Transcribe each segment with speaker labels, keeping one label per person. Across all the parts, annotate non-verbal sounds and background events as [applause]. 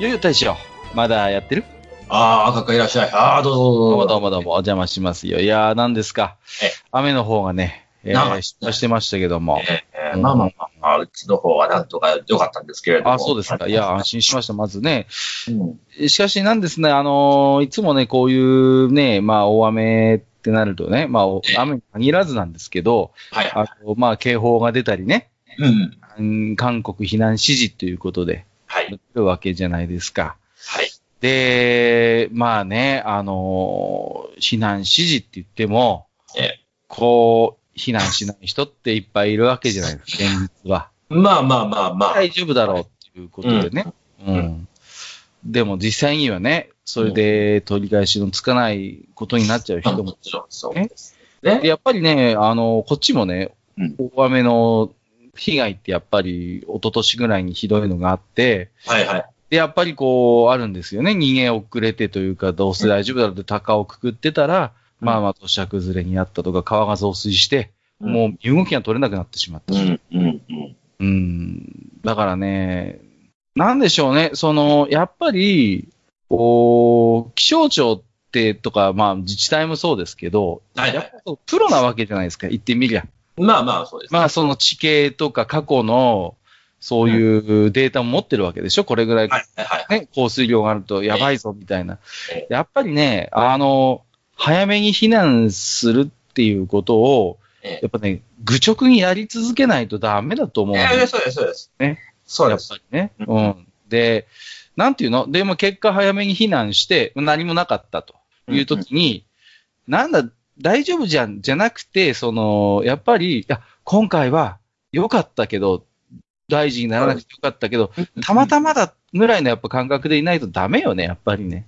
Speaker 1: いよいよ大将、まだやってる
Speaker 2: ああ、赤くいらっしゃい。ああ、どうぞ
Speaker 1: どう
Speaker 2: ど
Speaker 1: も
Speaker 2: うぞ
Speaker 1: どうもどうも、お邪魔しますよ。いやー、何ですか
Speaker 2: ええ。
Speaker 1: 雨の方がね、え
Speaker 2: 長い
Speaker 1: ー、失敗してましたけども。
Speaker 2: えーまあまあまあまあ、うちの方はなんとか良かったんですけれども。
Speaker 1: あ、そうですか。いや、安心しました。まずね。
Speaker 2: うん
Speaker 1: しかしなんですね、あのーいつもね、こういうね、まあ、大雨ってなるとね、まあ、お雨に限らずなんですけど、
Speaker 2: はい。
Speaker 1: あと、まあ、警報が出たりね、
Speaker 2: うん。
Speaker 1: うん韓国避難指示ということで、
Speaker 2: はい。
Speaker 1: 来るわけじゃないですか。
Speaker 2: はい。
Speaker 1: で、まあね、あのー避難指示って言っても、
Speaker 2: ええ
Speaker 1: こう、避難しない人っていっぱいいるわけじゃないです
Speaker 2: [laughs]
Speaker 1: か、現実は。
Speaker 2: まあまあまあまあ。
Speaker 1: 大丈夫だろうっていうことでね。うん。
Speaker 2: ん
Speaker 1: でも実際にはね、それで取り返しのつかないことになっちゃう
Speaker 2: まあ
Speaker 1: 人
Speaker 2: も [laughs]
Speaker 1: も。
Speaker 2: ちろんそうです。ね。
Speaker 1: やっぱりね、あのーこっちもね
Speaker 2: うん、
Speaker 1: 大雨の被害ってやっぱり一昨年ぐらいにひどいのがあって、
Speaker 2: はいはい。
Speaker 1: で、やっぱりこう、あるんですよね。逃げ遅れてというか、どうせ大丈夫だろうって鷹をくくってたら、
Speaker 2: うん
Speaker 1: まあまあ土砂崩れになったとか、川が増水して、
Speaker 2: うん
Speaker 1: もう身動きが取れなくなってしまった。
Speaker 2: うん、うん、うん。
Speaker 1: うん。だからね、なんでしょうね。その、やっぱり、こう、気象庁ってとか、まあ自治体もそうですけど、
Speaker 2: はいはい。
Speaker 1: プロなわけじゃないですか。言ってみりゃ。
Speaker 2: まあまあ、そうです。
Speaker 1: まあその地形とか過去の、そういうデータも持ってるわけでしょ。これぐらい
Speaker 2: はいはいはい。
Speaker 1: ね、降水量があるとやばいぞみたいな
Speaker 2: え。
Speaker 1: やっぱりね、あの、早めに避難するっていうことを、
Speaker 2: え
Speaker 1: やっぱね、愚直にやり続けないとダメだと思う
Speaker 2: え
Speaker 1: ん
Speaker 2: え
Speaker 1: で
Speaker 2: え、
Speaker 1: す
Speaker 2: そうです、そうです。
Speaker 1: ね。
Speaker 2: そう
Speaker 1: や
Speaker 2: で
Speaker 1: っ
Speaker 2: す
Speaker 1: ぱ。りね。
Speaker 2: う
Speaker 1: うん。で、なんていうのでも結果早めに避難して、何もなかったというときに、なんだ、大丈夫じゃん、じゃなくて、その、やっぱり、いや、今回は良かったけど、大事にならなくて良かったけど、たまたまだぐらいのやっぱ感覚でいないとダメよね、やっぱりね。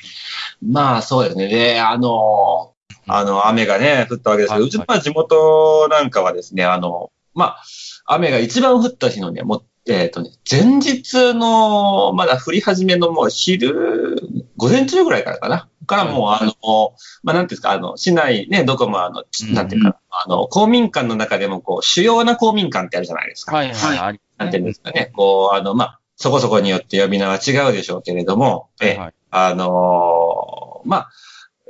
Speaker 2: まあ、そうですね。で、あのー、あの、雨がね、降ったわけですけ
Speaker 1: は
Speaker 2: ど、
Speaker 1: いう
Speaker 2: ちのまあ地元なんかはですね、あの、まあ、雨が一番降った日のね、もう、えっ、とね、前日の、まだ降り始めのもう昼、午前中ぐらいからかな。からもう、あの、まあ、なんていうんですか、あの、市内ね、どこもあの、
Speaker 1: うん
Speaker 2: なんていうかな、あの、公民館の中でも、こう、主要な公民館ってあるじゃないですか。
Speaker 1: はいはい。あり
Speaker 2: なんていうんですかね、こう、あの、まあ、そこそこによって呼び名は違うでしょうけれども、え
Speaker 1: はい
Speaker 2: あのーまあ、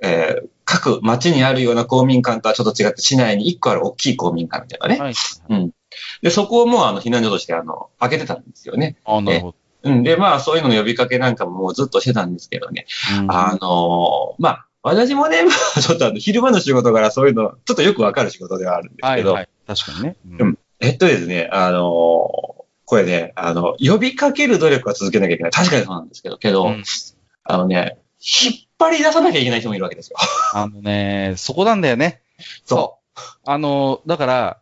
Speaker 2: えー各町にあるような公民館とはちょっと違って、市内に1個ある大きい公民館みたいなね。
Speaker 1: はい。
Speaker 2: うん。で、そこをもうあの、避難所としてあの、開けてたんですよね。
Speaker 1: あなるほど。
Speaker 2: うん。で、まあ、そういうのの呼びかけなんかももうずっとしてたんですけどね。
Speaker 1: うん
Speaker 2: あのーまあ、私もね、ま [laughs] あ、ちょっとあの、昼間の仕事からそういうの、ちょっとよくわかる仕事ではあるんです
Speaker 1: は
Speaker 2: け
Speaker 1: い
Speaker 2: ど、
Speaker 1: はい。確かにね。
Speaker 2: うんえっとですね、あのーこれね、あの、呼びかける努力は続けなきゃいけない。確かにそうなんですけど、けど、
Speaker 1: うん
Speaker 2: あのね、引っ張り出さなきゃいけない人もいるわけですよ。
Speaker 1: あのね、そこなんだよね。
Speaker 2: そ
Speaker 1: あの、だから、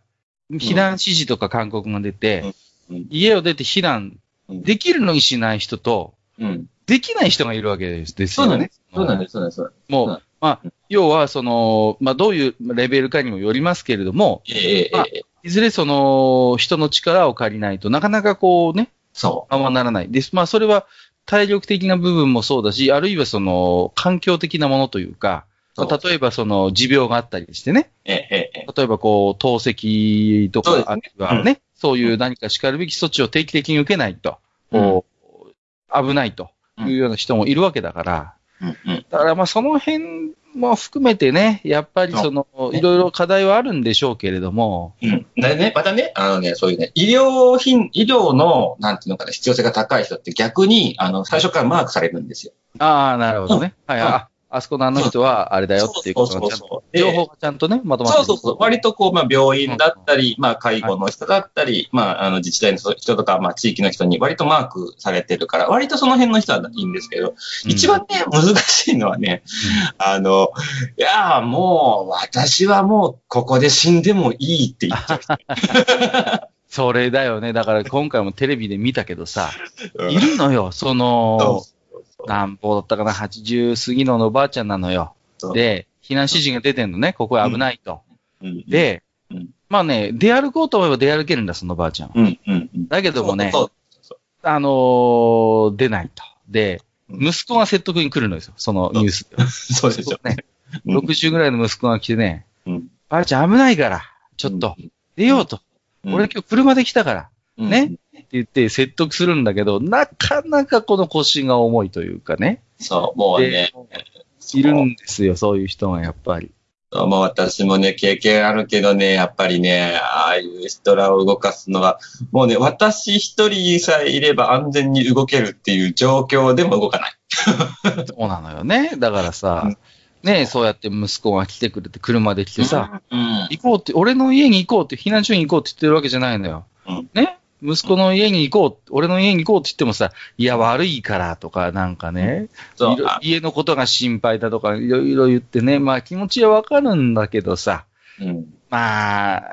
Speaker 1: 避難指示とか勧告が出て、
Speaker 2: うんうん
Speaker 1: 家を出て避難できるのにしない人と、
Speaker 2: う。うん。
Speaker 1: できない人がいるわけですです
Speaker 2: そう
Speaker 1: よ
Speaker 2: なん
Speaker 1: ね
Speaker 2: です。。そうなんです。そうなんです。
Speaker 1: も
Speaker 2: そう
Speaker 1: う
Speaker 2: だ、
Speaker 1: ま
Speaker 2: う
Speaker 1: あ、要は、その、まあ、どういうレベルかにもよりますけれども、
Speaker 2: ええええ
Speaker 1: あ
Speaker 2: ええ。
Speaker 1: いずれその、人の力を借りないとなかなかこうね、
Speaker 2: そ
Speaker 1: ままならない。です。まあ、それは体力的な部分もそうだし、あるいはその、環境的なものというか、
Speaker 2: う。
Speaker 1: まあ例えばその、持病があったりしてね、
Speaker 2: ええええええ。
Speaker 1: 例えばこう、透析と
Speaker 2: そう
Speaker 1: か
Speaker 2: で、す
Speaker 1: あるいはね、そういう何か叱るべき措置を定期的に受けないと、こう、危ないというような人もいるわけだから、
Speaker 2: うんうん。
Speaker 1: だからまあその辺も含めてね、やっぱりその、
Speaker 2: う
Speaker 1: いろいろ課題はあるんでしょうけれども、
Speaker 2: うん。でね、またね、あのね、そういうね、医療品、医療の、なんていうのかな、必要性が高い人って逆に、あの、最初からマークされるんですよ。
Speaker 1: ああ、なるほどね。はい、
Speaker 2: うん
Speaker 1: あ、あそこのあの人はあれだよっていうこと
Speaker 2: そ
Speaker 1: が
Speaker 2: う
Speaker 1: ちゃん
Speaker 2: そう
Speaker 1: と、
Speaker 2: そう。で
Speaker 1: 情報がちゃんとね、まとまって
Speaker 2: そう
Speaker 1: る
Speaker 2: そうそう。割とこう、まあ、病院だったり、まあ、介護の人だったり、まあ、あの、自治体の人とか、まあ、地域の人に割とマークされてるから、割とその辺の人はいいんですけど、
Speaker 1: うん
Speaker 2: 一番ね、難しいのはね、あの、いやー、もう、私はもう、ここで死んでもいいって言っちゃう人。
Speaker 1: それだよね。だから今回もテレビで見たけどさ、
Speaker 2: うん
Speaker 1: いるのよ。そ
Speaker 2: そう
Speaker 1: の、
Speaker 2: そうそう
Speaker 1: 何歩だったかな、80過ぎのおばあちゃんなのよ
Speaker 2: そ。う
Speaker 1: で、避難指示が出てんのね、ここは危ないと。
Speaker 2: うん、
Speaker 1: で
Speaker 2: うん、
Speaker 1: まあね、出歩こうと思えば出歩けるんだ、そのばあちゃんは。
Speaker 2: うん、うん、うん。
Speaker 1: だけどもね、
Speaker 2: そう
Speaker 1: あのー出ないと。で、
Speaker 2: うん
Speaker 1: 息子が説得に来るのですよ、そのニュースでは。
Speaker 2: [laughs] そうそうでしょ。
Speaker 1: ね、
Speaker 2: うん
Speaker 1: 60ぐらいの息子が来てね、
Speaker 2: うん
Speaker 1: ばあちゃん危ないから、ちょっと、出ようと。俺今日車で来たから、
Speaker 2: うん、
Speaker 1: ねって言って説得するんだけど、なかなかこの腰が重いというかね、
Speaker 2: そう、もうね。
Speaker 1: いるんですよ、そういう人がやっぱり。
Speaker 2: そうまあ私もね、経験あるけどね、やっぱりね、ああいう人らを動かすのは、もうね、私一人さえいれば安全に動けるっていう状況でも動かない。
Speaker 1: そうなのよね。だから
Speaker 2: う
Speaker 1: さ、ねそうやって息子が来てくれて、車で来てさ、
Speaker 2: うん、
Speaker 1: 行こうって、俺の家に行こうって、避難所に行こうって言ってるわけじゃないのよ。
Speaker 2: うん
Speaker 1: ね息子の家に行こう、俺の家に行こうって言ってもさ、いや、悪いからとか、なんかね、
Speaker 2: そう
Speaker 1: いろ
Speaker 2: あ
Speaker 1: 家のことが心配だとか、いろいろ言ってね、まあ気持ちはわかるんだけどさ、
Speaker 2: うん。
Speaker 1: まあ、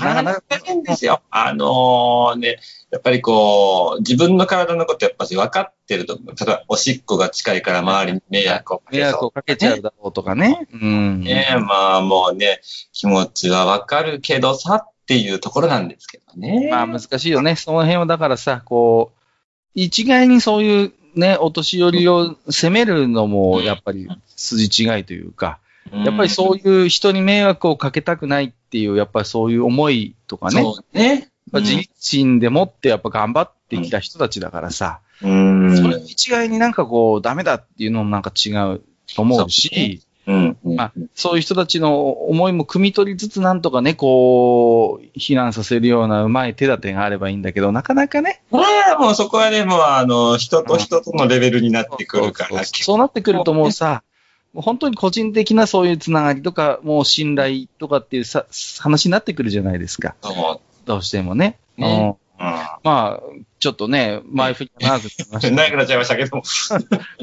Speaker 2: なかなか大変ですよ。あのね、やっぱりこう、自分の体のことやっぱり分かってると思う。例えば、おしっこが近いから周りに迷惑をかけ
Speaker 1: 迷惑
Speaker 2: そ
Speaker 1: をかけちゃうだろうとかね。うん。
Speaker 2: う。ね、まあもうね、気持ちは分かるけどさっていうところなんですけどね。
Speaker 1: まあ難しいよね。その辺はだからさ、こう、一概にそういうね、お年寄りを責めるのも、やっぱり筋違いというか、やっぱり
Speaker 2: うん
Speaker 1: そういう人に迷惑をかけたくないっていう、やっぱりそういう思いとかね、やっ
Speaker 2: そうね。
Speaker 1: ぱ自身でもってやっぱ頑張ってきた人たちだからさ、
Speaker 2: うん。
Speaker 1: それ一概になんかこう、ダメだっていうのもなんか違うと思う
Speaker 2: そうね
Speaker 1: し、
Speaker 2: うん。うん
Speaker 1: まあ、そういう人たちの思いも汲み取りつつ、なんとかね、こう、避難させるようなうまい手立てがあればいいんだけど、なかなかね、
Speaker 2: これはもうそこはね、もうあの、人と人とのレベルになってくるから。
Speaker 1: そうそうなってくるともうさ、もう本当に個人的なそういうつながりとか、もう信頼とかっていうさ話になってくるじゃないですか。
Speaker 2: そ
Speaker 1: どうしてもね。
Speaker 2: ね
Speaker 1: うん
Speaker 2: う。う
Speaker 1: まあ、ちょっとね、前振りが長くなりまし
Speaker 2: [laughs]
Speaker 1: た
Speaker 2: ん。な
Speaker 1: け
Speaker 2: く
Speaker 1: ど。
Speaker 2: なっちゃいましたけ
Speaker 1: [laughs]
Speaker 2: ども。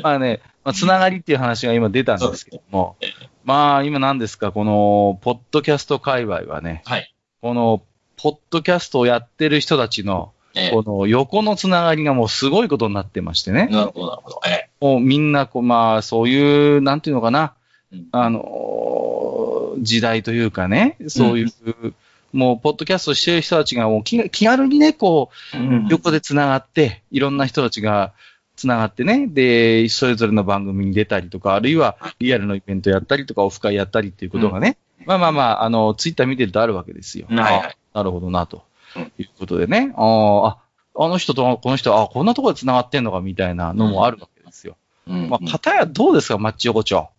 Speaker 1: まあね、まあ、つながりっていう話が今出たんですけども
Speaker 2: そうで、
Speaker 1: まあ今何ですか、この、ポッドキャスト界隈はね、
Speaker 2: はい。
Speaker 1: この、ポッドキャストをやってる人たちの、
Speaker 2: ええ
Speaker 1: この横のつながりがもうすごいことになってましてね。
Speaker 2: なるほど、なるほど。え
Speaker 1: もうみんなこう、まあ、そういう、なんていうのかな、
Speaker 2: うん
Speaker 1: あのー時代というかね、そういう、もう、ポッドキャストしてる人たちが、もう気、気軽にね、こ
Speaker 2: え
Speaker 1: う、横で繋がって、いろんな人たちが繋がってね、で、それぞれの番組に出たりとか、あるいは、リアルのイベントやったりとか、オフ会やったりっていうことがね、まあまあまあ、あの、ツイッター見てるとあるわけですよ。
Speaker 2: はいはい
Speaker 1: あなるほどな、と
Speaker 2: うん
Speaker 1: いうことでね、あーあ、あの人とこの人、あ、こんなところで繋がってんのか、みたいなのもあるわけですよ。
Speaker 2: うん
Speaker 1: まあ、片やどうですか、マッチ横丁。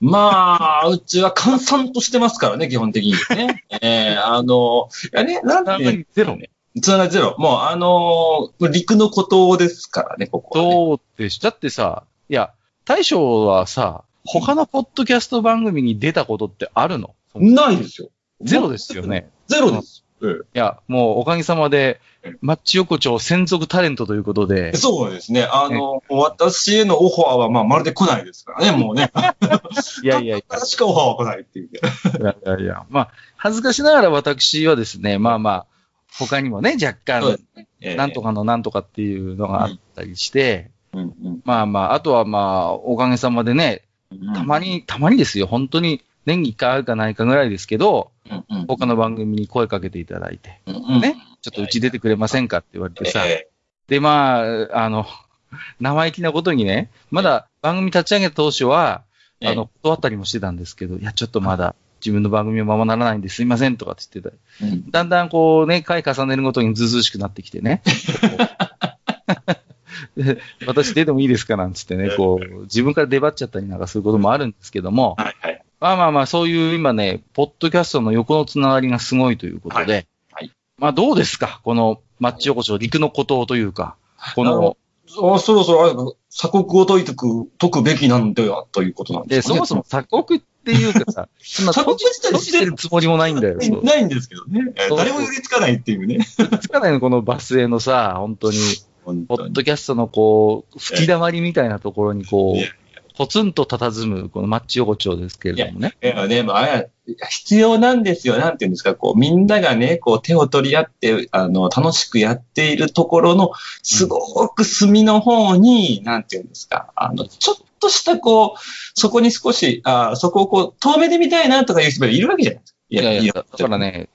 Speaker 2: まあ、うちは閑散としてますからね、基本的にね。 [laughs] ええあの、いやね、なんてね、
Speaker 1: ゼロね。
Speaker 2: つながりゼロ。もう、あの、陸の孤島ですからね、ここはね、
Speaker 1: どうでしだってさ、いや、大将はさ、他のポッドキャスト番組に出たことってあるの
Speaker 2: ないですよ。
Speaker 1: ゼロですよ。ね。
Speaker 2: ゼロです。ええ
Speaker 1: いや、もうおかげさまで
Speaker 2: うん、
Speaker 1: マッチ横丁専属タレントということで、
Speaker 2: そうですね。あの、私へのオファーは、まあ、まるで来ないですからね、もうね。
Speaker 1: いやいやいや
Speaker 2: 私しかオファーは来ないっていうね。
Speaker 1: いやいやいや、まあ、恥ずかしながら私はですね、まあまあ、他にもね、若
Speaker 2: そうで
Speaker 1: 干
Speaker 2: す、ね
Speaker 1: なんとかのなんとかっていうのがあったりして、
Speaker 2: うんうん
Speaker 1: まあまあ、あとはまあ、おかげさまでね、
Speaker 2: うん
Speaker 1: たまに、たまにですよ、本当に年に1回あるかないかぐらいですけど、
Speaker 2: うんうん
Speaker 1: 他の番組に声かけていただいて、
Speaker 2: うんうん
Speaker 1: ねちょっとうち出てくれませんかって言われてさ、
Speaker 2: え
Speaker 1: で、まあ、あの、生意気なことにね、まだ番組立ち上げた当初は、
Speaker 2: え
Speaker 1: あの、断ったりもしてたんですけど、いや、ちょっとまだ自分の番組はままならないんですいませんとかって言ってた。
Speaker 2: えうん
Speaker 1: だんだんこうね、回重ねるごとにずうずうしくなってきて
Speaker 2: [laughs]
Speaker 1: ね。で私出てもいいですかなんつってね、こう、自分から出張っちゃったりなんかすることもあるんですけども、
Speaker 2: はいはい。
Speaker 1: まあまあまあ、そういう今ね、ポッドキャストの横のつながりがすごいということで、
Speaker 2: はい
Speaker 1: まあどうですかこのマッチ横丁、陸の孤島というか、こ
Speaker 2: あの
Speaker 1: の
Speaker 2: あそろそろあれば鎖国を解いてく、解くべきなんだよ、ということなん
Speaker 1: で、
Speaker 2: です
Speaker 1: そ
Speaker 2: かね。
Speaker 1: もそも鎖国っていうか [laughs] さ、そんな
Speaker 2: 鎖
Speaker 1: 閉
Speaker 2: 国
Speaker 1: じ
Speaker 2: 自体
Speaker 1: 閉じてるつもりもないんだよ。そう [laughs]
Speaker 2: ないんですけどね。え
Speaker 1: そ
Speaker 2: ー
Speaker 1: う
Speaker 2: 誰も寄りつかないっていうね。
Speaker 1: つかないの、このバスへのさ、本当に、
Speaker 2: 本
Speaker 1: ポ
Speaker 2: 当
Speaker 1: ッ
Speaker 2: に。
Speaker 1: ドキャストのこう、吹き溜まりみたいなところにこ、
Speaker 2: いやいう
Speaker 1: ポツンと佇む、このマッチ横丁ですけれどもね。
Speaker 2: いやね、まああれは、必要なんですよ。なんていうんですか、こう、みんながね、こう、手を取り合って、あの、楽しくやっているところの、すごく隅の方に、なんていうんですか、あの、ちょっとした、こう、そこに少し、あそこをこう、遠目で見たいなとかいう人がいるわけじゃないですか。い
Speaker 1: いやいや、だから。ね、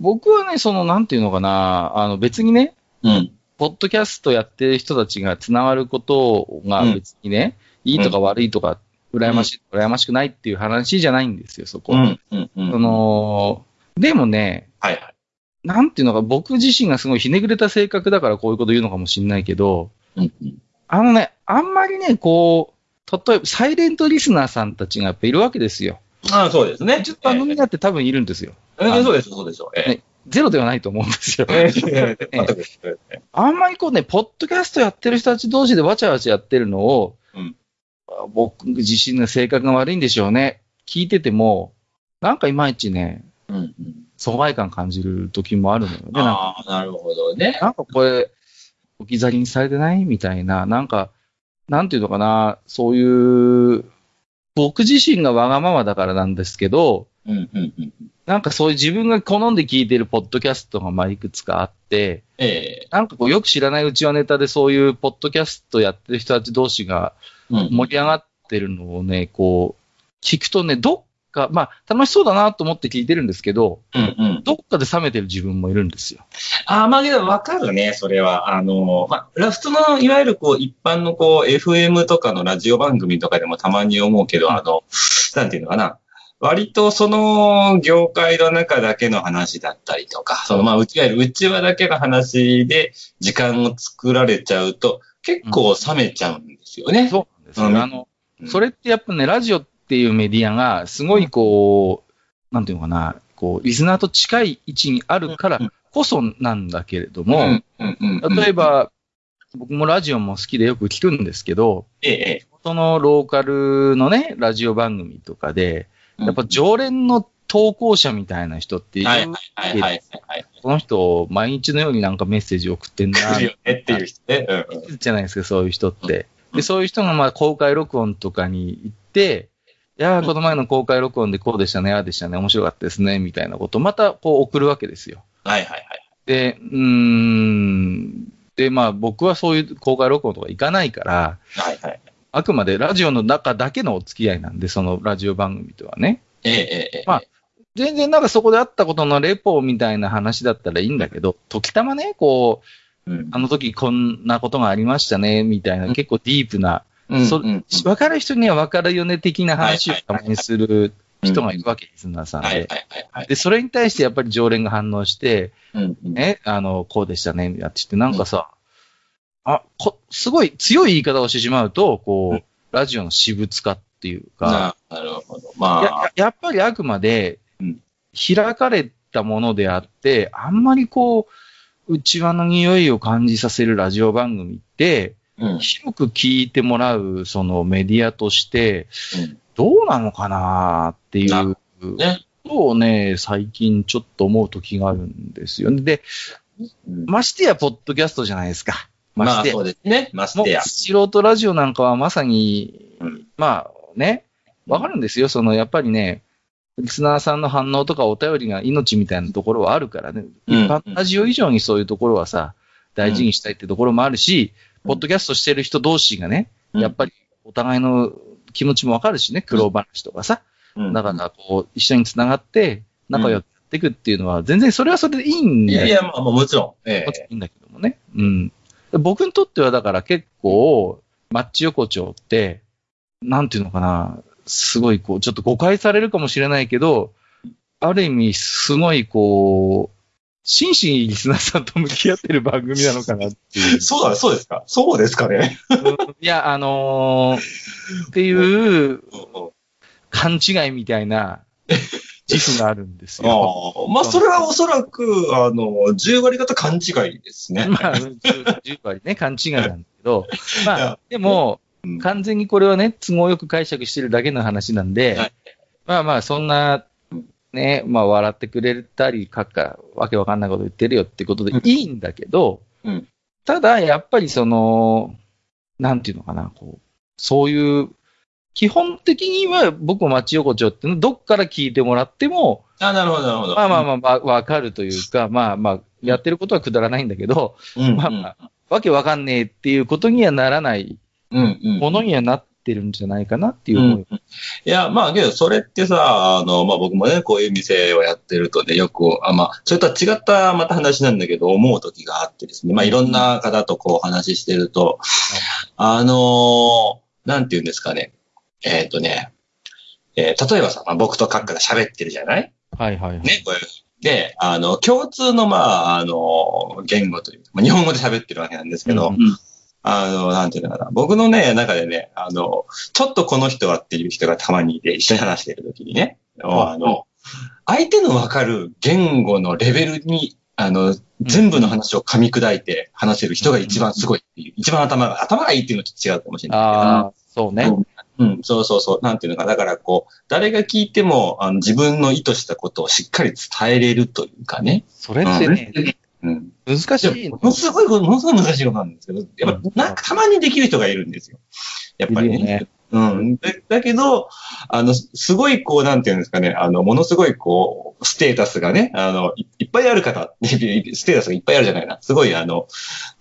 Speaker 1: 僕はね、その、なんていうのかな、あの、別にね、
Speaker 2: うん。
Speaker 1: ポッドキャストやってる人たちがつながることが
Speaker 2: うん
Speaker 1: 別にね、いいとか悪いとか、羨ましいとか羨ましくないっていう話じゃないんですよ、そこ
Speaker 2: う
Speaker 1: は。
Speaker 2: ん。うん。うん。
Speaker 1: その、でもね、
Speaker 2: はいはい。
Speaker 1: なんていうのか、僕自身がすごいひねくれた性格だからこういうこと言うのかもしんないけど、
Speaker 2: うんうん。
Speaker 1: あのね、あんまりね、こう、例えば、サイレントリスナーさんたちがやっぱいるわけですよ。
Speaker 2: ああ、そうですね。
Speaker 1: ちょっと番組だって多分いるんですよ。
Speaker 2: えーえーそうです、そうです。え
Speaker 1: ねゼロではないと思うんですよ
Speaker 2: え。えーえーえー全くです
Speaker 1: あんまりこうね、ポッドキャストやってる人たち同士でわちゃわちゃやってるのを、
Speaker 2: うん
Speaker 1: あ僕自身の性格が悪いんでしょうね。聞いてても、なんかいまいちね、
Speaker 2: うんうん。
Speaker 1: 疎外感感じる時もあるのよね。なんか
Speaker 2: ああ、なるほどね。
Speaker 1: なんかこれ、置き去りにされてないみたいな、なんか、なんていうのかな、そういう、僕自身がわがままだからなんですけど、
Speaker 2: うんうんうん。
Speaker 1: なんかそういう自分が好んで聞いてるポッドキャストがまあいくつかあって、
Speaker 2: ええ
Speaker 1: なんかこうよく知らないうちはネタでそういうポッドキャストやってる人たち同士が
Speaker 2: うん。
Speaker 1: 盛り上がってるのをね、こう、聞くとね、どっか、まあ楽しそうだなと思って聞いてるんですけど、
Speaker 2: うんうん。
Speaker 1: どっかで冷めてる自分もいるんですよ。
Speaker 2: ああ、まあけどわかるね、それは。あの、まあ、普通の、いわゆるこう、一般のこう、FM とかのラジオ番組とかでもたまに思うけど、あの、なんていうのかな。割とその業界の中だけの話だったりとか、そのまあ、うちわ、うちわだけの話で時間を作られちゃうと、結構冷めちゃうんですよね。
Speaker 1: そうなんですよ。あの、それってやっぱね、ラジオっていうメディアが、すごいこう、なんていうのかな、こう、リスナーと近い位置にあるからこそなんだけれど
Speaker 2: う
Speaker 1: も
Speaker 2: ん、、うんうんうん、
Speaker 1: 例え、ば、僕もラジオも好きでよく聞くんですけど、
Speaker 2: ええ、
Speaker 1: そのローカルのね、ラジオ番組とかで、
Speaker 2: ええ
Speaker 1: やっぱ常連の投稿者みたいな人っている、
Speaker 2: はいはいはいはい。
Speaker 1: この人、毎日のようになんかメッセージ送ってんな、
Speaker 2: 来るよねって [laughs] いう人ね。うんうん
Speaker 1: じゃないですか、そういう人って。
Speaker 2: うん
Speaker 1: で、そういう人がまあ公開録音とかに行って、いや
Speaker 2: う
Speaker 1: ー、
Speaker 2: ん
Speaker 1: この前の公開録音でこうでしたね、ああでしたね、面白かったですね、みたいなことをまたこう送るわけですよ。
Speaker 2: はいはいはい。
Speaker 1: で、うーん。で、まあ僕はそういう公開録音とか行かないから、
Speaker 2: はいはい。
Speaker 1: あくまでラジオの中だけのお付き合いなんで、そのラジオ番組とはね。
Speaker 2: ええええ。
Speaker 1: まあ全然なんかそこであったことのレポみたいな話だったらいいんだけど、時たまね、こう、
Speaker 2: うん
Speaker 1: あの時こんなことがありましたね、みたいな結構ディープな
Speaker 2: うん
Speaker 1: そ
Speaker 2: うん
Speaker 1: 分かる人には分かるよね的な話を
Speaker 2: はい
Speaker 1: たまにする人がいるわけ、リスナーさん
Speaker 2: はいはい
Speaker 1: で。
Speaker 2: はいはい。
Speaker 1: で、それに対してやっぱり常連が反応して、
Speaker 2: うんうん
Speaker 1: え、あの、こうでしたね、やってて、なんかさ、あ、こ、すごい強い言い方をしてしまうと、
Speaker 2: う
Speaker 1: こう、ラジオの私物化っていうか、
Speaker 2: ななるほど。
Speaker 1: や
Speaker 2: まあ、
Speaker 1: ややっぱりあくまで
Speaker 2: うん、
Speaker 1: 開かれたものであって、あんまりこう、内輪の匂いを感じさせるラジオ番組って、
Speaker 2: うん
Speaker 1: 広く聞いてもらう、そのメディアとして、
Speaker 2: うん
Speaker 1: どうなのかなってい
Speaker 2: な
Speaker 1: う
Speaker 2: る
Speaker 1: こ
Speaker 2: ね
Speaker 1: とをね、最近ちょっと思う時があるんですよね。で、
Speaker 2: うん
Speaker 1: ましてや、ポッドキャストじゃないですか。ま
Speaker 2: ま
Speaker 1: し
Speaker 2: あ
Speaker 1: てや。
Speaker 2: そうですね。まし
Speaker 1: もう
Speaker 2: てや。
Speaker 1: 素人ラジオなんかはまさに、
Speaker 2: うん
Speaker 1: まあね、わかるんですよ。その、やっぱりね、リスナーさんの反応とかお便りが命みたいなところはあるからね。
Speaker 2: うん
Speaker 1: 一般ラジオ以上にそういうところはさ、大事にしたいってところもあるし、
Speaker 2: うん
Speaker 1: ポッドキャストしてる人同士がね、やっぱ
Speaker 2: り、
Speaker 1: りお互いの気持ちもわかるしね、苦労話とかさ。
Speaker 2: うん
Speaker 1: だから、こう、一緒に繋がって、仲良くやっていくっていうのは、全然それはそれでいいん
Speaker 2: い
Speaker 1: だ
Speaker 2: やい
Speaker 1: よ。
Speaker 2: や、まあまあもちろん。え
Speaker 1: もちろんいいんだけどもね。うん。で僕にとってはだから結構、マッチ横丁って、なんていうのかな、すごいこう、ちょっと誤解されるかもしれないけど、ある意味、すごいこう、真摯にリスナーさんと向き合ってる番組なのかなっていう
Speaker 2: え。。 [laughs] そうだ、そうですか。そうですか [laughs] ね。
Speaker 1: うんいや、あのーっていう勘違いみたいな自負があるんです
Speaker 2: あ
Speaker 1: よ。
Speaker 2: あまあ、それはおそらく、あの、10割方勘違いですね。
Speaker 1: まあ、10割ね、勘違いなんですけけど、ま
Speaker 2: いや
Speaker 1: あ、でも
Speaker 2: うん、
Speaker 1: 完全にこれはね、都合よく解釈してるだけの話なんで、
Speaker 2: はい
Speaker 1: まあまあ、そんな、ね、まあ、笑ってくれたり、かっか、わけわかんないこと言ってるよってことで
Speaker 2: うん
Speaker 1: いいんだけど、
Speaker 2: うん
Speaker 1: ただ、やっぱりその、なんていうのかな、こう、そういう、基本的には僕も町横丁っていうのどっから聞いてもらっても、
Speaker 2: あ、なるほど、なるほど。
Speaker 1: まあまあまあまあ、わかるというか、まあまあ、やってることはくだらないんだけど、
Speaker 2: うん、うん、
Speaker 1: まあまあ、わけわかんねえっていうことにはならない
Speaker 2: うん、うん。
Speaker 1: ものにはなってるんじゃないかなっていう思い。
Speaker 2: うんいや、まあ、けど、それってさ、あの、まあ僕もね、こういう店をやってるとね、よく、あまあ、それとは違った、また話なんだけど、思う時があってですね、まあ、いろんな方とこう話してると、あのーなんて言うんですかね、えっ、とね、えー例えばさ、まあ、僕とカッカが喋ってるじゃない
Speaker 1: はいはいはい。
Speaker 2: ね、これ。で、あの、共通の、まあ、あの、言語というか、まあ、日本語で喋ってるわけなんですけど、
Speaker 1: うん
Speaker 2: うんあの、なんていうのかな。僕のね、中でね、あの、ちょっとこの人はっていう人がたまにいて、一緒に話してるときにね、あの、相手のわかる言語のレベルに、あの、全部の話を噛み砕いて話せる人が一番すごいっていう、一番頭が、頭がいいっていうのはちょっと違うかもしれないけど。
Speaker 1: ああ、そうね。
Speaker 2: うん、そうそうそう。なんていうのか。だからこう、誰が聞いても、あの自分の意図したことをしっかり伝えれるというかね。
Speaker 1: それってね、
Speaker 2: うん。
Speaker 1: 難しい
Speaker 2: ものすごい、ものすごい難しいことなんですけど、やっぱ、なんかたまにできる人がいるんですよ。やっぱりね。
Speaker 1: いるよね
Speaker 2: うん。だだけど、あの、すすごいこう、なんていうんですかね、あの、ものすごいこう、ステータスがね、あの、いいっぱいある方、 [laughs] ステータスがいっぱいあるじゃないな。すごいあの、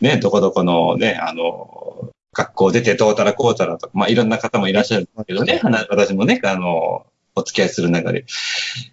Speaker 2: ね、どこどこのね、あの、学校出てどうたらこうたらとか、まあ、いろんな方もいらっしゃるんですけどね、はな私もね、あの、お付き合いする中で。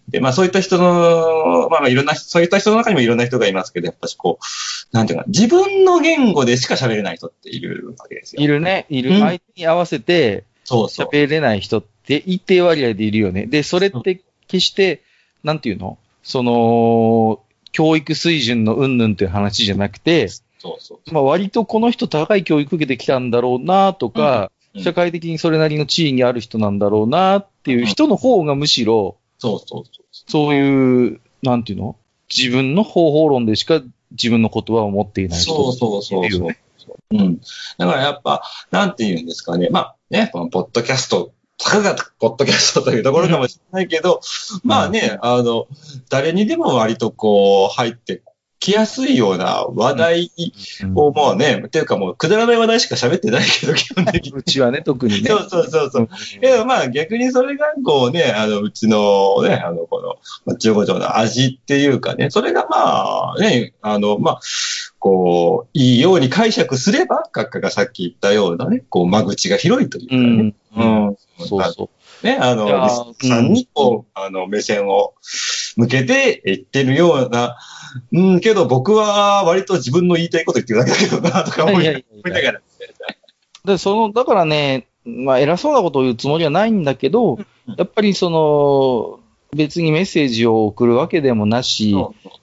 Speaker 2: で、まあそういった人の、まあまあいろんな、そういった人の中にもいろんな人がいますけど、やっぱしこう、なんていうか、自分の言語でしか喋れない人っているわけですよ。
Speaker 1: いるね、いる。
Speaker 2: うん
Speaker 1: 相手に合わせて
Speaker 2: そうそう。
Speaker 1: 喋れない人って一定割合でいるよね。で、それって決して、なんていうのその、教育水準のうんぬんっていう話じゃなくて、
Speaker 2: そうそう。
Speaker 1: まあ、割とこの人高い教育受けてきたんだろうなとか、
Speaker 2: うんうん
Speaker 1: 社会的にそれなりの地位にある人なんだろうなっていう人の方がむしろ、
Speaker 2: そうそうそう。
Speaker 1: そういう、なんていうの自分の方法論でしか自分の言葉を持っていない人。
Speaker 2: そうそうそ
Speaker 1: いうるよ
Speaker 2: そう
Speaker 1: ね。
Speaker 2: うん。だからやっぱ、なんて言うんですかね。まあね、このポッドキャスト、たかがポッドキャストというところかもしれないけど、まあね、あの、誰にでも割とこう、入ってきやすいような話題をもうね、っていうかもう、くだらない話題しか喋ってないけど、基本的に。
Speaker 1: うちはね、特にね。
Speaker 2: そうそうそうそう。けどまあ逆にそれがこうね、あの、うちのね、あの、この、まあ、中古町の味っていうかね、それがまあね、あの、まあ、こう、いいように解釈すれば、閣下がさっき言ったようなね、こう、間口が広いという
Speaker 1: う
Speaker 2: かね。
Speaker 1: ん。
Speaker 2: うん。
Speaker 1: そうそう。
Speaker 2: ね、あの、
Speaker 1: いやー
Speaker 2: リスナーさんにこう、あの、目線を向けて言ってるような、うん、けど僕は割と自分の言いたいこと言ってるだけだけどな、とか思い
Speaker 1: いや
Speaker 2: な
Speaker 1: や
Speaker 2: いが
Speaker 1: いや
Speaker 2: 思いながら。
Speaker 1: で、その、だからね、まあ、偉そうなことを言うつもりはないんだけど
Speaker 2: うん、
Speaker 1: やっぱりその、別にメッセージを送るわけでもなし、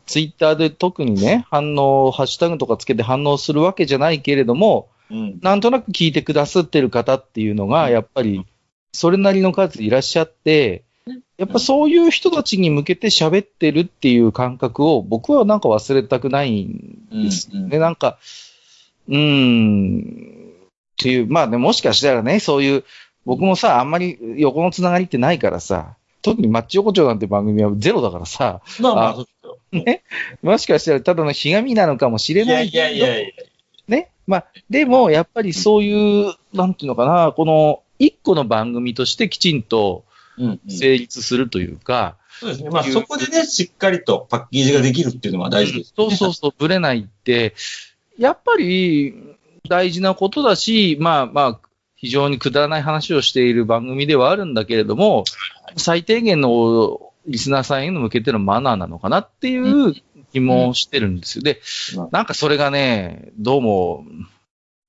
Speaker 1: ツイッターで特にね、反応、ハッシュタグとかつけて反応するわけじゃないけれども、
Speaker 2: うん。
Speaker 1: なんとなく聞いてくださってる方っていうのが、やっぱり、それなりの数いらっしゃって、やっぱそういう人たちに向けて喋ってるっていう感覚を、僕はなんか忘れたくないんですよね。
Speaker 2: う
Speaker 1: なんか、うーん、っていう、まあね、もしかしたらね、そういう、僕もさ、あんまり横のつながりってないからさ、特にマッチ横丁なんて番組はゼロだからさ、
Speaker 2: まあまあ、
Speaker 1: あ
Speaker 2: そうですよ。
Speaker 1: もしかしたらただのひがみなのかもしれ
Speaker 2: いや
Speaker 1: ない
Speaker 2: い
Speaker 1: けど
Speaker 2: やいやいや。
Speaker 1: ね。まあ、でも、やっぱりそういう、なんていうのかな、この、一個の番組としてきちんと
Speaker 2: うんうん
Speaker 1: 成立するというか、
Speaker 2: そうですね。まあ、そこでね、しっかりとパッケージができるっていうのは大事です。
Speaker 1: そうそうそう、ぶれないって、やっぱり大事なことだし、まあまあ、非常にくだらない話をしている番組ではあるんだけれども、最低限のリスナーさんへの向けてのマナーなのかなっていう疑問をしてるんですよ。で
Speaker 2: うん、
Speaker 1: なんかそれがね、どうも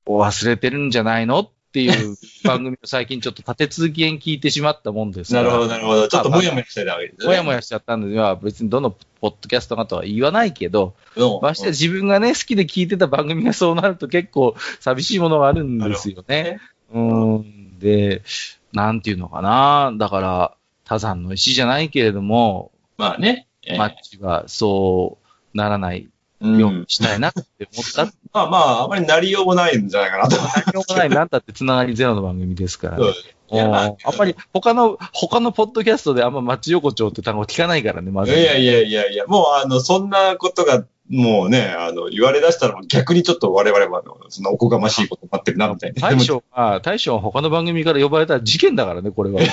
Speaker 1: 忘れてるんじゃないのっていう
Speaker 2: [laughs]
Speaker 1: 番組を最近ちょっと立て続けに聞いてしまったもんですか
Speaker 2: な
Speaker 1: ら
Speaker 2: るほど、なるほど。ちょっともやもやしてたわけですね。
Speaker 1: もやもやしちゃったんで、まあ別にどのポッドキャストかとは言わないけど、
Speaker 2: どうも。
Speaker 1: ましてや自分がね、好きで聞いてた番組がそうなると結構寂しいものがあるんですよね。うん。で、なんていうのかな。だから、他山の石じゃないけれども、
Speaker 2: まあね。えー
Speaker 1: マッチはそうならないよう
Speaker 2: うん
Speaker 1: に。したいなって思ったって
Speaker 2: まあまあ、あまりなりようもないんじゃないかなと。
Speaker 1: 何も
Speaker 2: [laughs]
Speaker 1: ない、なんたってつながりゼロの番組ですから、ね。
Speaker 2: いやまあ
Speaker 1: もうあんまり他の、他のポッドキャストであんま町横丁って単語聞かないからね、ま
Speaker 2: い
Speaker 1: ず。
Speaker 2: やいやいやいや、もうあの、そんなことが、もうね、あの、言われ出したら逆にちょっと我々は、あのそんなおこがましいことになってるな、みたいな。
Speaker 1: 大
Speaker 2: でも
Speaker 1: 将は、大将は他の番組から呼ばれたら事件だからね、これは。
Speaker 2: い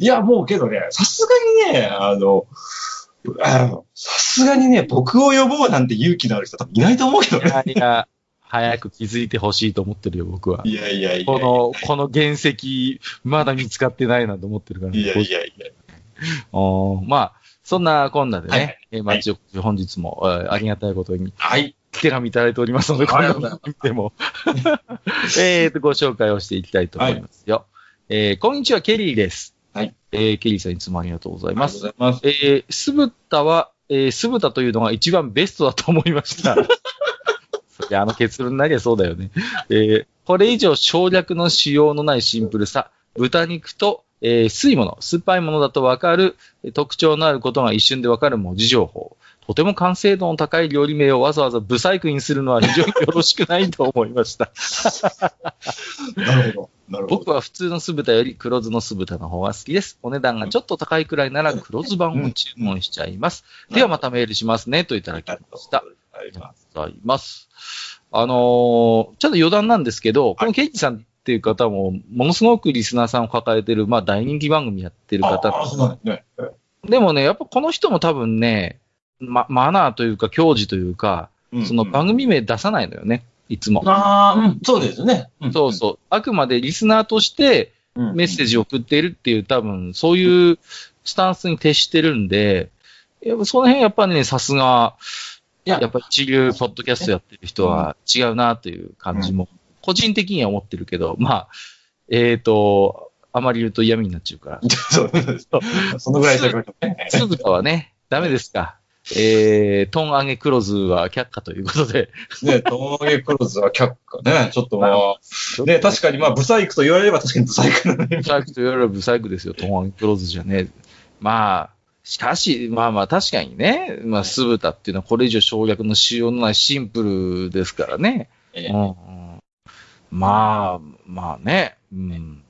Speaker 2: や、もうけどね、さすがにね、あの、あのさすがにね、僕を呼ぼうなんて勇気のある人多分いないと思うけどね。
Speaker 1: いや、早く気づいてほしいと思ってるよ、僕は。
Speaker 2: いやいやいや。
Speaker 1: この、この原石、まだ見つかってないなと思ってるから、ね。
Speaker 2: いやいやいや。
Speaker 1: おーまあ、そんなこんなで
Speaker 2: はいは
Speaker 1: ね、えー町横丁本日も、えーありがたいことに
Speaker 2: はい。
Speaker 1: 手紙いただいておりますので、こ
Speaker 2: あり
Speaker 1: れ
Speaker 2: が
Speaker 1: を
Speaker 2: とうございま
Speaker 1: 見て
Speaker 2: [laughs]
Speaker 1: も。えーと、ご紹介をしていきたいと思いますよ。えーこんにちは、ケリーです。
Speaker 2: はい。
Speaker 1: えーケリーさんいつもありがとうござい
Speaker 2: ありが
Speaker 1: ま
Speaker 2: とう
Speaker 1: す
Speaker 2: ご。ざいます。
Speaker 1: えー、酢豚は、えー、酢豚というのが一番ベストだと思いま
Speaker 2: [laughs]
Speaker 1: した。いや、あの結論なりゃそうだよね。えー、これ以上省略のしようのないシンプルさ。豚肉と、えー、水物、酸っぱいものだとわかる、えー特徴のあることが一瞬でわかる文字情報。とても完成度の高い料理名をわざわざブサイクにするのは非常によろしくないと思いました。
Speaker 2: なるほど。なるほど。
Speaker 1: 僕は普通の酢豚より黒酢の酢豚の方が好きです。お値段がちょっと高いくらいなら黒酢版を注文しちゃいます。
Speaker 2: うん
Speaker 1: ではまたメールしますね、といただきました。あ
Speaker 2: あり
Speaker 1: りが
Speaker 2: がとうございま
Speaker 1: とうございます。あのーちょっと余談なんですけど、このケイジさんっていう方も、ものすごくリスナーさんを抱えてる、まあ大人気番組やってる
Speaker 2: す
Speaker 1: 方。
Speaker 2: ああ、そうなんですね。
Speaker 1: でもね、やっぱこの人も多分ね、ま、マナーというか、教授というか、
Speaker 2: うん
Speaker 1: その
Speaker 2: うん
Speaker 1: 番組名出さないのよね、いつも。
Speaker 2: ああ、うん、そうですね。
Speaker 1: そうそう。あくまでリスナーとして、
Speaker 2: うん。
Speaker 1: メッセー
Speaker 2: ジ。
Speaker 1: ジを送っているっていう、多分、そういうスタンスに徹してるんで、やっぱその辺やっぱね、さすが、
Speaker 2: いや
Speaker 1: やっぱ一流ポッドキャストやってる人は違うなという感じも、個人的には思ってるけど、まあ、えっ、と、あまり言うと嫌味になっちゃうから。
Speaker 2: そうです。そのぐらいにしておきましょう [laughs] ね。
Speaker 1: 酢豚はね、ダメですか。えー、トン揚げ黒酢は却下ということで。
Speaker 2: ね、ともげクローズは却下ね、ちょっとまあ、ね、確かにまあ、ブサイクと言われれば確かにブサイクなね。
Speaker 1: ブサイクといわれればブサイクですよ。トンアンクローズじゃねえ。まあ、しかし、まあまあ確かにね、まあ酢豚っていうのはこれ以上省略のしようのないシンプルですからね。う
Speaker 2: ええ
Speaker 1: んうん、まあ、まあね。うん、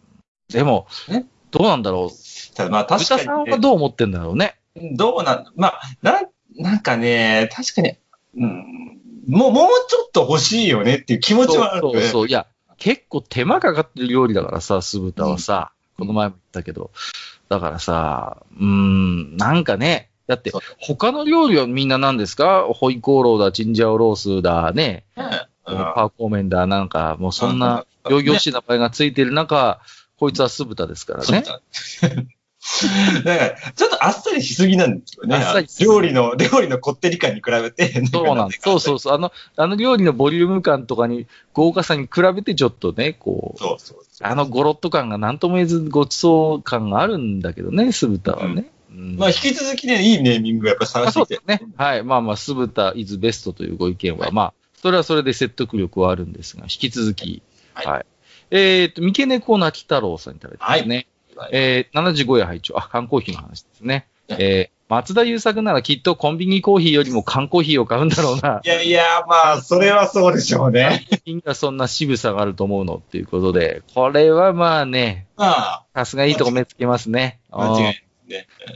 Speaker 1: でも
Speaker 2: ね、
Speaker 1: どうなんだろう。
Speaker 2: ただまあ、確
Speaker 1: 豚
Speaker 2: か
Speaker 1: さん
Speaker 2: に
Speaker 1: は
Speaker 2: ね、
Speaker 1: どう思ってんだろうね。
Speaker 2: どうなん、まあ、なん、なんかね、確かに、うん、もう、もうちょっと欲しいよねっていう気持ちはある
Speaker 1: そ
Speaker 2: よ
Speaker 1: う
Speaker 2: ね。
Speaker 1: そう。いや、結構手間かかってる料理だからさ、酢豚はさ、
Speaker 2: うん
Speaker 1: この前も言ったけど。だからさ、うーん、なんかね、だって
Speaker 2: そう、
Speaker 1: 他の料理はみんな何ですかホイコーローだ、チンジャオロースだ、ね、
Speaker 2: うん
Speaker 1: パーコーメンだ、なんか、もうそんな、、
Speaker 2: う
Speaker 1: 行々しい名前がついてる中、こいつは酢豚ですから
Speaker 2: [laughs] そう
Speaker 1: ね。
Speaker 2: だ。だから、ちょっとあっさりしすぎなんですよね。
Speaker 1: あっさりしすぎ
Speaker 2: 料理の、料理のこってり感に比べて。
Speaker 1: そうなんです。そう
Speaker 2: う。
Speaker 1: そうそう。あの、あの料理のボリューム感とかに、豪華さに比べてちょっとね、こう、
Speaker 2: そうそうそう。
Speaker 1: あのゴロッと感が何とも言えずごちそう感があるんだけどね、酢豚はね。うん
Speaker 2: まあ、引き続きね、いいネーミングをやっぱ探
Speaker 1: あ
Speaker 2: し
Speaker 1: そ
Speaker 2: て
Speaker 1: う
Speaker 2: い
Speaker 1: で
Speaker 2: て
Speaker 1: す。ね。はい。まあまあ、酢豚 is best というご意見は、
Speaker 2: はい
Speaker 1: まあ、それはそれで説得力はあるんですが、引き続き、は。
Speaker 2: はいい
Speaker 1: えっ、と、三毛猫泣き太郎さんいただいてますね。
Speaker 2: はい
Speaker 1: えー、75夜拝聴あ、缶コーヒーの話ですね。
Speaker 2: はい
Speaker 1: えー、松田優作ならきっとコンビニコーヒーよりも缶コーヒーを買うんだろう
Speaker 2: [laughs]
Speaker 1: な。
Speaker 2: いやいや、まあ、それはそうでしょうね。
Speaker 1: コンビニにはそんな渋さがあると思うのっていうことで、これはまあね、
Speaker 2: まあ、
Speaker 1: さすがいいとこ目つけますね。
Speaker 2: 間違いない。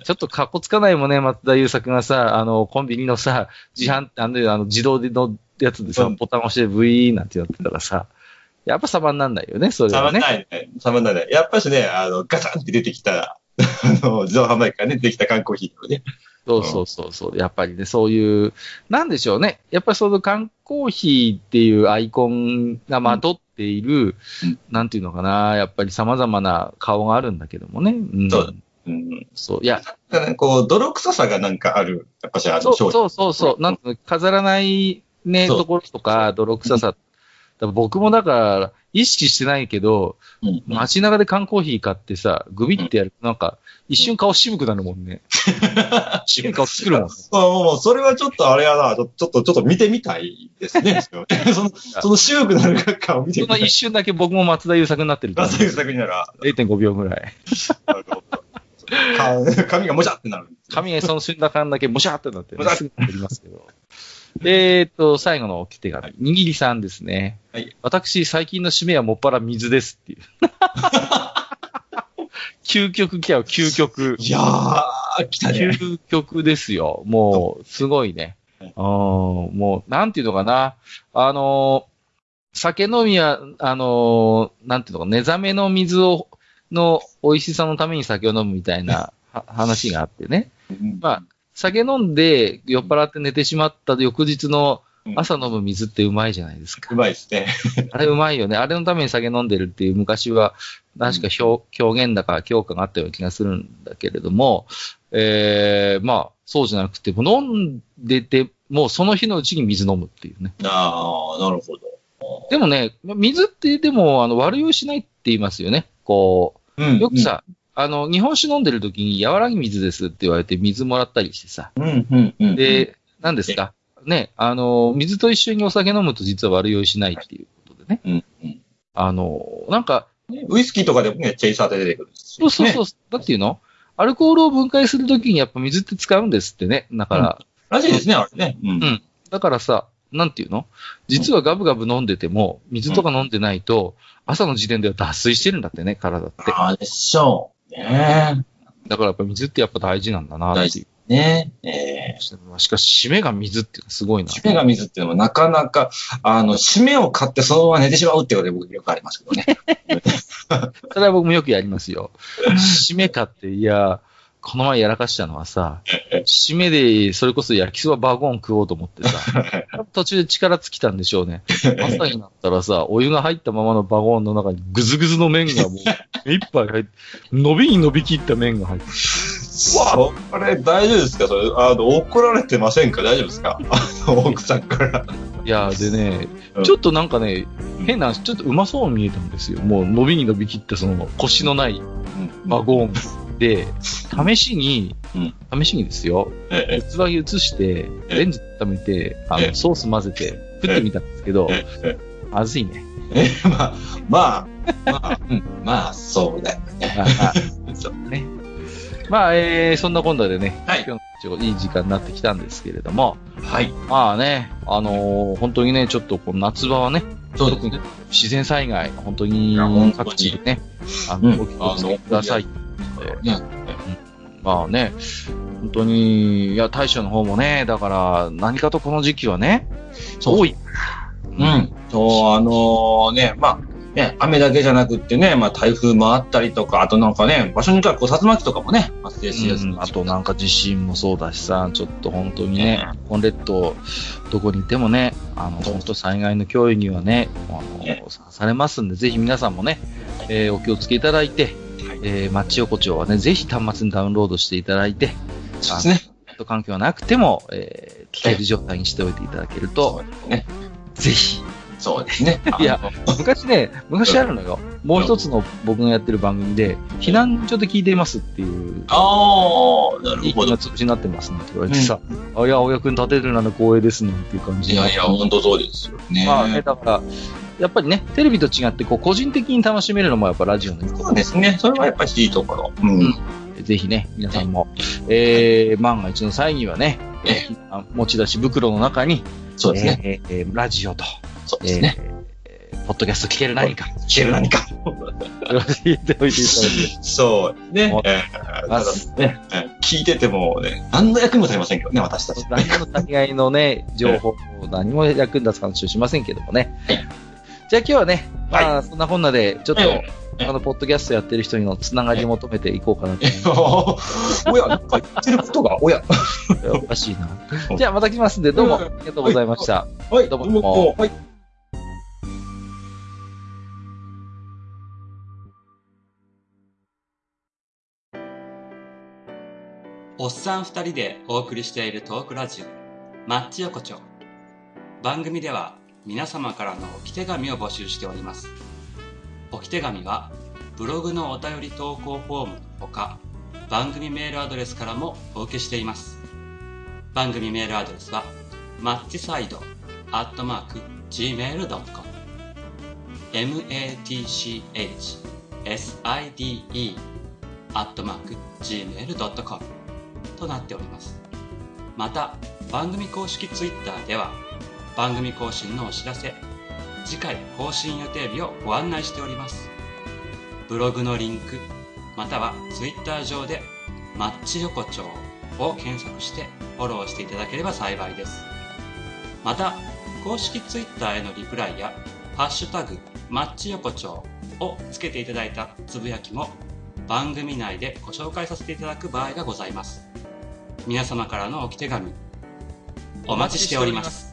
Speaker 1: ちょっとかっこつかないもんね、松田優作がさ、あの、コンビニのさ、自販、あの、あの自動でのやつでさ、
Speaker 2: うん
Speaker 1: ボタン押して V なんてなってたらさ、やっぱサバになんないよね、それ
Speaker 2: たま
Speaker 1: は
Speaker 2: ん
Speaker 1: ね。
Speaker 2: ないね。たまんないね。やっぱしね、あの、ガチャンって出てきた、あの、自動販売機からね、出てきた缶コーヒーとかね。
Speaker 1: そうそうそうそう、やっぱりね、そういう、なんでしょうね。やっぱりその缶コーヒーっていうアイコンがまとっている、
Speaker 2: うん
Speaker 1: なんていうのかな、やっぱり様々な顔があるんだけどもね。うん、
Speaker 2: そううん。
Speaker 1: そう。いや、
Speaker 2: だからね、こう、泥臭さがなんかある、やっぱしあ
Speaker 1: そ
Speaker 2: の、
Speaker 1: うそうそうそう、なんていうの飾らないね、
Speaker 2: そう
Speaker 1: ところとか、泥臭さ。だから僕もだから、意識してないけど、
Speaker 2: うん
Speaker 1: 街中で缶コーヒー買ってさ、グビってやると、なんか、一瞬顔渋くなるもん
Speaker 2: [laughs]
Speaker 1: ね。渋い顔作るもん。
Speaker 2: まあ、もう、それはちょっとあれやな、ちょちょっと、ちょっと見てみたいですね。
Speaker 1: [laughs]
Speaker 2: その、その強くなる学科を見て
Speaker 1: そ
Speaker 2: みた
Speaker 1: の
Speaker 2: い
Speaker 1: 一。瞬だけ僕も松田優作になってると
Speaker 2: [laughs] ラ
Speaker 1: 思
Speaker 2: スト作にな
Speaker 1: [laughs]
Speaker 2: ら、
Speaker 1: う。0.5秒ぐらい。
Speaker 2: あのか髪がもちゃってなる。
Speaker 1: 髪がその瞬間だけもしゃーってなって、
Speaker 2: もしゃー
Speaker 1: すぐなりますけど。えーっと、最後の置き手紙。にぎりさんですね。
Speaker 2: はい
Speaker 1: 私、最近の締めはもっぱら水ですっていう。 [laughs] 究極来たよ、究極。
Speaker 2: いやー、来たね。
Speaker 1: 究極ですよ。もう、すごいね。うん
Speaker 2: はい、
Speaker 1: もう、なんていうのかな。あのー酒飲みは、あのーなんていうのか、寝覚めの水を、の美味しさのために酒を飲むみたいなは話があってね。
Speaker 2: うん
Speaker 1: まあ、酒飲んで酔っ払って寝てしまった翌日の朝飲む水ってうまいじゃない [laughs] ですか。
Speaker 2: うまいですね。
Speaker 1: あれうまいよね。あれのために酒飲んでるっていう昔は、確か表表現だから強化があったような気がするんだけれども、えー、まあ、そうじゃなくて、もう飲んでて、もうその日のうちに水飲むっていうね。
Speaker 2: ああ、なるほど。
Speaker 1: でもね、水ってでも、あの、悪用しないって言いますよね。こ
Speaker 2: う
Speaker 1: う、
Speaker 2: ん
Speaker 1: よく、さ、あの、日本酒飲んでる時に、柔らぎ水ですって言われて水もらったりしてさ、
Speaker 2: うん、うん、うん。
Speaker 1: で、何ですかね、あの、水と一緒にお酒飲むと実は悪酔いしないっていうことでね。
Speaker 2: うんうん
Speaker 1: あの、なんか、
Speaker 2: ウイスキーとかでもね、チェイサーで出てくるし。。
Speaker 1: そうそうそうう、なんていうのアルコールを分解するときにやっぱ水って使うんですってね。だから、
Speaker 2: らしいですね、あれね。うん
Speaker 1: うんだからさ、なんていうの実はガブガブ飲んでても、水とか飲んでないと、朝の時点では脱水してるんだってね、体って。
Speaker 2: ああ、でしょう。ね
Speaker 1: だからやっぱ水ってやっぱ大事なんだなっていう。
Speaker 2: え。ねえ。え
Speaker 1: しかし、締めが水っていうのはすごい
Speaker 2: え
Speaker 1: な。
Speaker 2: 締めが水っていうのもなかなか、あの、締めを買ってそのまま寝てしまうってことで僕よくありますけど [laughs] ね。
Speaker 1: それは僕もよくやりますよ。締めかって、いや、この前やらかしたのはさ、締めで、それこそ焼きそばバーゴン食おうと思ってさ、途中で力尽きたんでしょうね。朝になったらさ、お湯が入ったままのバーゴンの中にぐずぐずの麺がもう、目いっぱい入って、伸びに伸びきった麺が入って、
Speaker 2: それ大丈夫ですかそれ、あの、怒られてませんか大丈夫ですか [laughs] あの、奥さんから。
Speaker 1: いやでね、ちょっとなんかね、変な話、ちょっとうまそうに見えたんですよ。もう伸びに伸びきったその腰のないバーゴンで、試しに、試しにですよ、
Speaker 2: え
Speaker 1: 器に移して、
Speaker 2: え
Speaker 1: レンジで温めて、あ
Speaker 2: え
Speaker 1: の
Speaker 2: え
Speaker 1: ソース混ぜて、食ってみたんですけど
Speaker 2: え、ええ
Speaker 1: まずいね。
Speaker 2: え、まあ、まあ、まあ、うんまあ、そうだよね。そう
Speaker 1: ね。まあ、えー、そんなこんなでね、
Speaker 2: はい
Speaker 1: 今日のいい時間になってきたんですけれども、
Speaker 2: はい。
Speaker 1: まあね、あのー本当にね、ちょっとこう夏場はね、
Speaker 2: そうで
Speaker 1: 特
Speaker 2: す
Speaker 1: に
Speaker 2: ね。
Speaker 1: 自然災害、本当に
Speaker 2: いや本当に
Speaker 1: 各地ね、あ
Speaker 2: うん
Speaker 1: の、お気をつけください。
Speaker 2: ね
Speaker 1: まあね、本当に、いや、大将の方もね、だから、何かとこの時期はね、
Speaker 2: そう
Speaker 1: 多い。
Speaker 2: う。ん。そう、あのね、まあ、ね、雨だけじゃなくってね、まあ、台風もあったりとか、あとなんかね、場所によってはこう竜巻とかもね、発生しやすい、
Speaker 1: うんあとなんか地震もそうだしさ、ちょっと本当にね、日本列島、どこにいてもね、あの、本当災害の脅威にはね、あ
Speaker 2: ね
Speaker 1: の、さされますんで、ぜひ皆さんもね、えーお気をつけいただいて、
Speaker 2: はい
Speaker 1: えーマッチ横丁はね、ぜひ端末にダウンロードしていただいて、
Speaker 2: そうですね。
Speaker 1: ネット環境がなくても、えー聞ける状態にしておいていただけると、
Speaker 2: そうね。
Speaker 1: ぜひ。
Speaker 2: そうです [laughs] ね。
Speaker 1: いや昔ね、昔あるのよ。もう一つの僕がやってる番組で、避難所で聞いていますっていう
Speaker 2: ああ、なる
Speaker 1: いい
Speaker 2: ほど。
Speaker 1: 潰しになってますねって言われてさ、あいや、青木君立てるなら光栄ですねっていう感じ
Speaker 2: いやいや、本当そうですよね。
Speaker 1: まあね、だから、やっぱりね、テレビと違って、こう、個人的に楽しめるのもやっぱラジオのいいとこ
Speaker 2: そうですね。それはやっぱりいいところ。うん。
Speaker 1: うんで、ぜひね、皆さんも、えー、万が一の際にはね、
Speaker 2: ええ
Speaker 1: あ持ち出し袋の中に、
Speaker 2: そうですね。
Speaker 1: えーえーラジオと、
Speaker 2: そう
Speaker 1: え
Speaker 2: ですね。
Speaker 1: ーえーポッドキャスト聞ける何か、
Speaker 2: 消える何か。
Speaker 1: 入れておいていただき
Speaker 2: [laughs] そう。ね
Speaker 1: も。
Speaker 2: ええ
Speaker 1: ま
Speaker 2: ただ [laughs]
Speaker 1: す。
Speaker 2: ね、ええ聞いててもね、何の役にも立ちませんけどね、私たち。 [laughs]
Speaker 1: 何も大概の [laughs] ね、情報、何も役に立つ話をしませんけどもね。
Speaker 2: はい
Speaker 1: じゃあ今日はね、
Speaker 2: はい
Speaker 1: まあ、そんなこんなで、ちょっと、
Speaker 2: ええ
Speaker 1: あの、ポッドキャストやってる人にのつながりを求めていこうかなと
Speaker 2: ええおおや、なんか言ってることが、おや。
Speaker 1: 思って、おかしい [laughs] な。じゃあまた来ますんで、どうもありがとうございました。
Speaker 2: はい、
Speaker 1: どうも
Speaker 2: はい。
Speaker 3: おっさん二人でお送りしているトークラジオマッチ横丁番組では皆様からの置き手紙を募集しております置き手紙はブログのお便り投稿フォームのほか番組メールアドレスからもお受けしています番組メールアドレスはマッチサイドアットマーク Gmail.com matchside アットマーク Gmail.com となっておりますまた番組公式 Twitter では番組更新のお知らせ次回更新予定日をご案内しておりますブログのリンクまたは Twitter 上で「マッチ横丁」を検索してフォローしていただければ幸いですまた公式 Twitter へのリプライや「ハッシュタグマッチ横丁」をつけていただいたつぶやきも番組内でご紹介させていただく場合がございます皆様からのおき手紙お待ちしております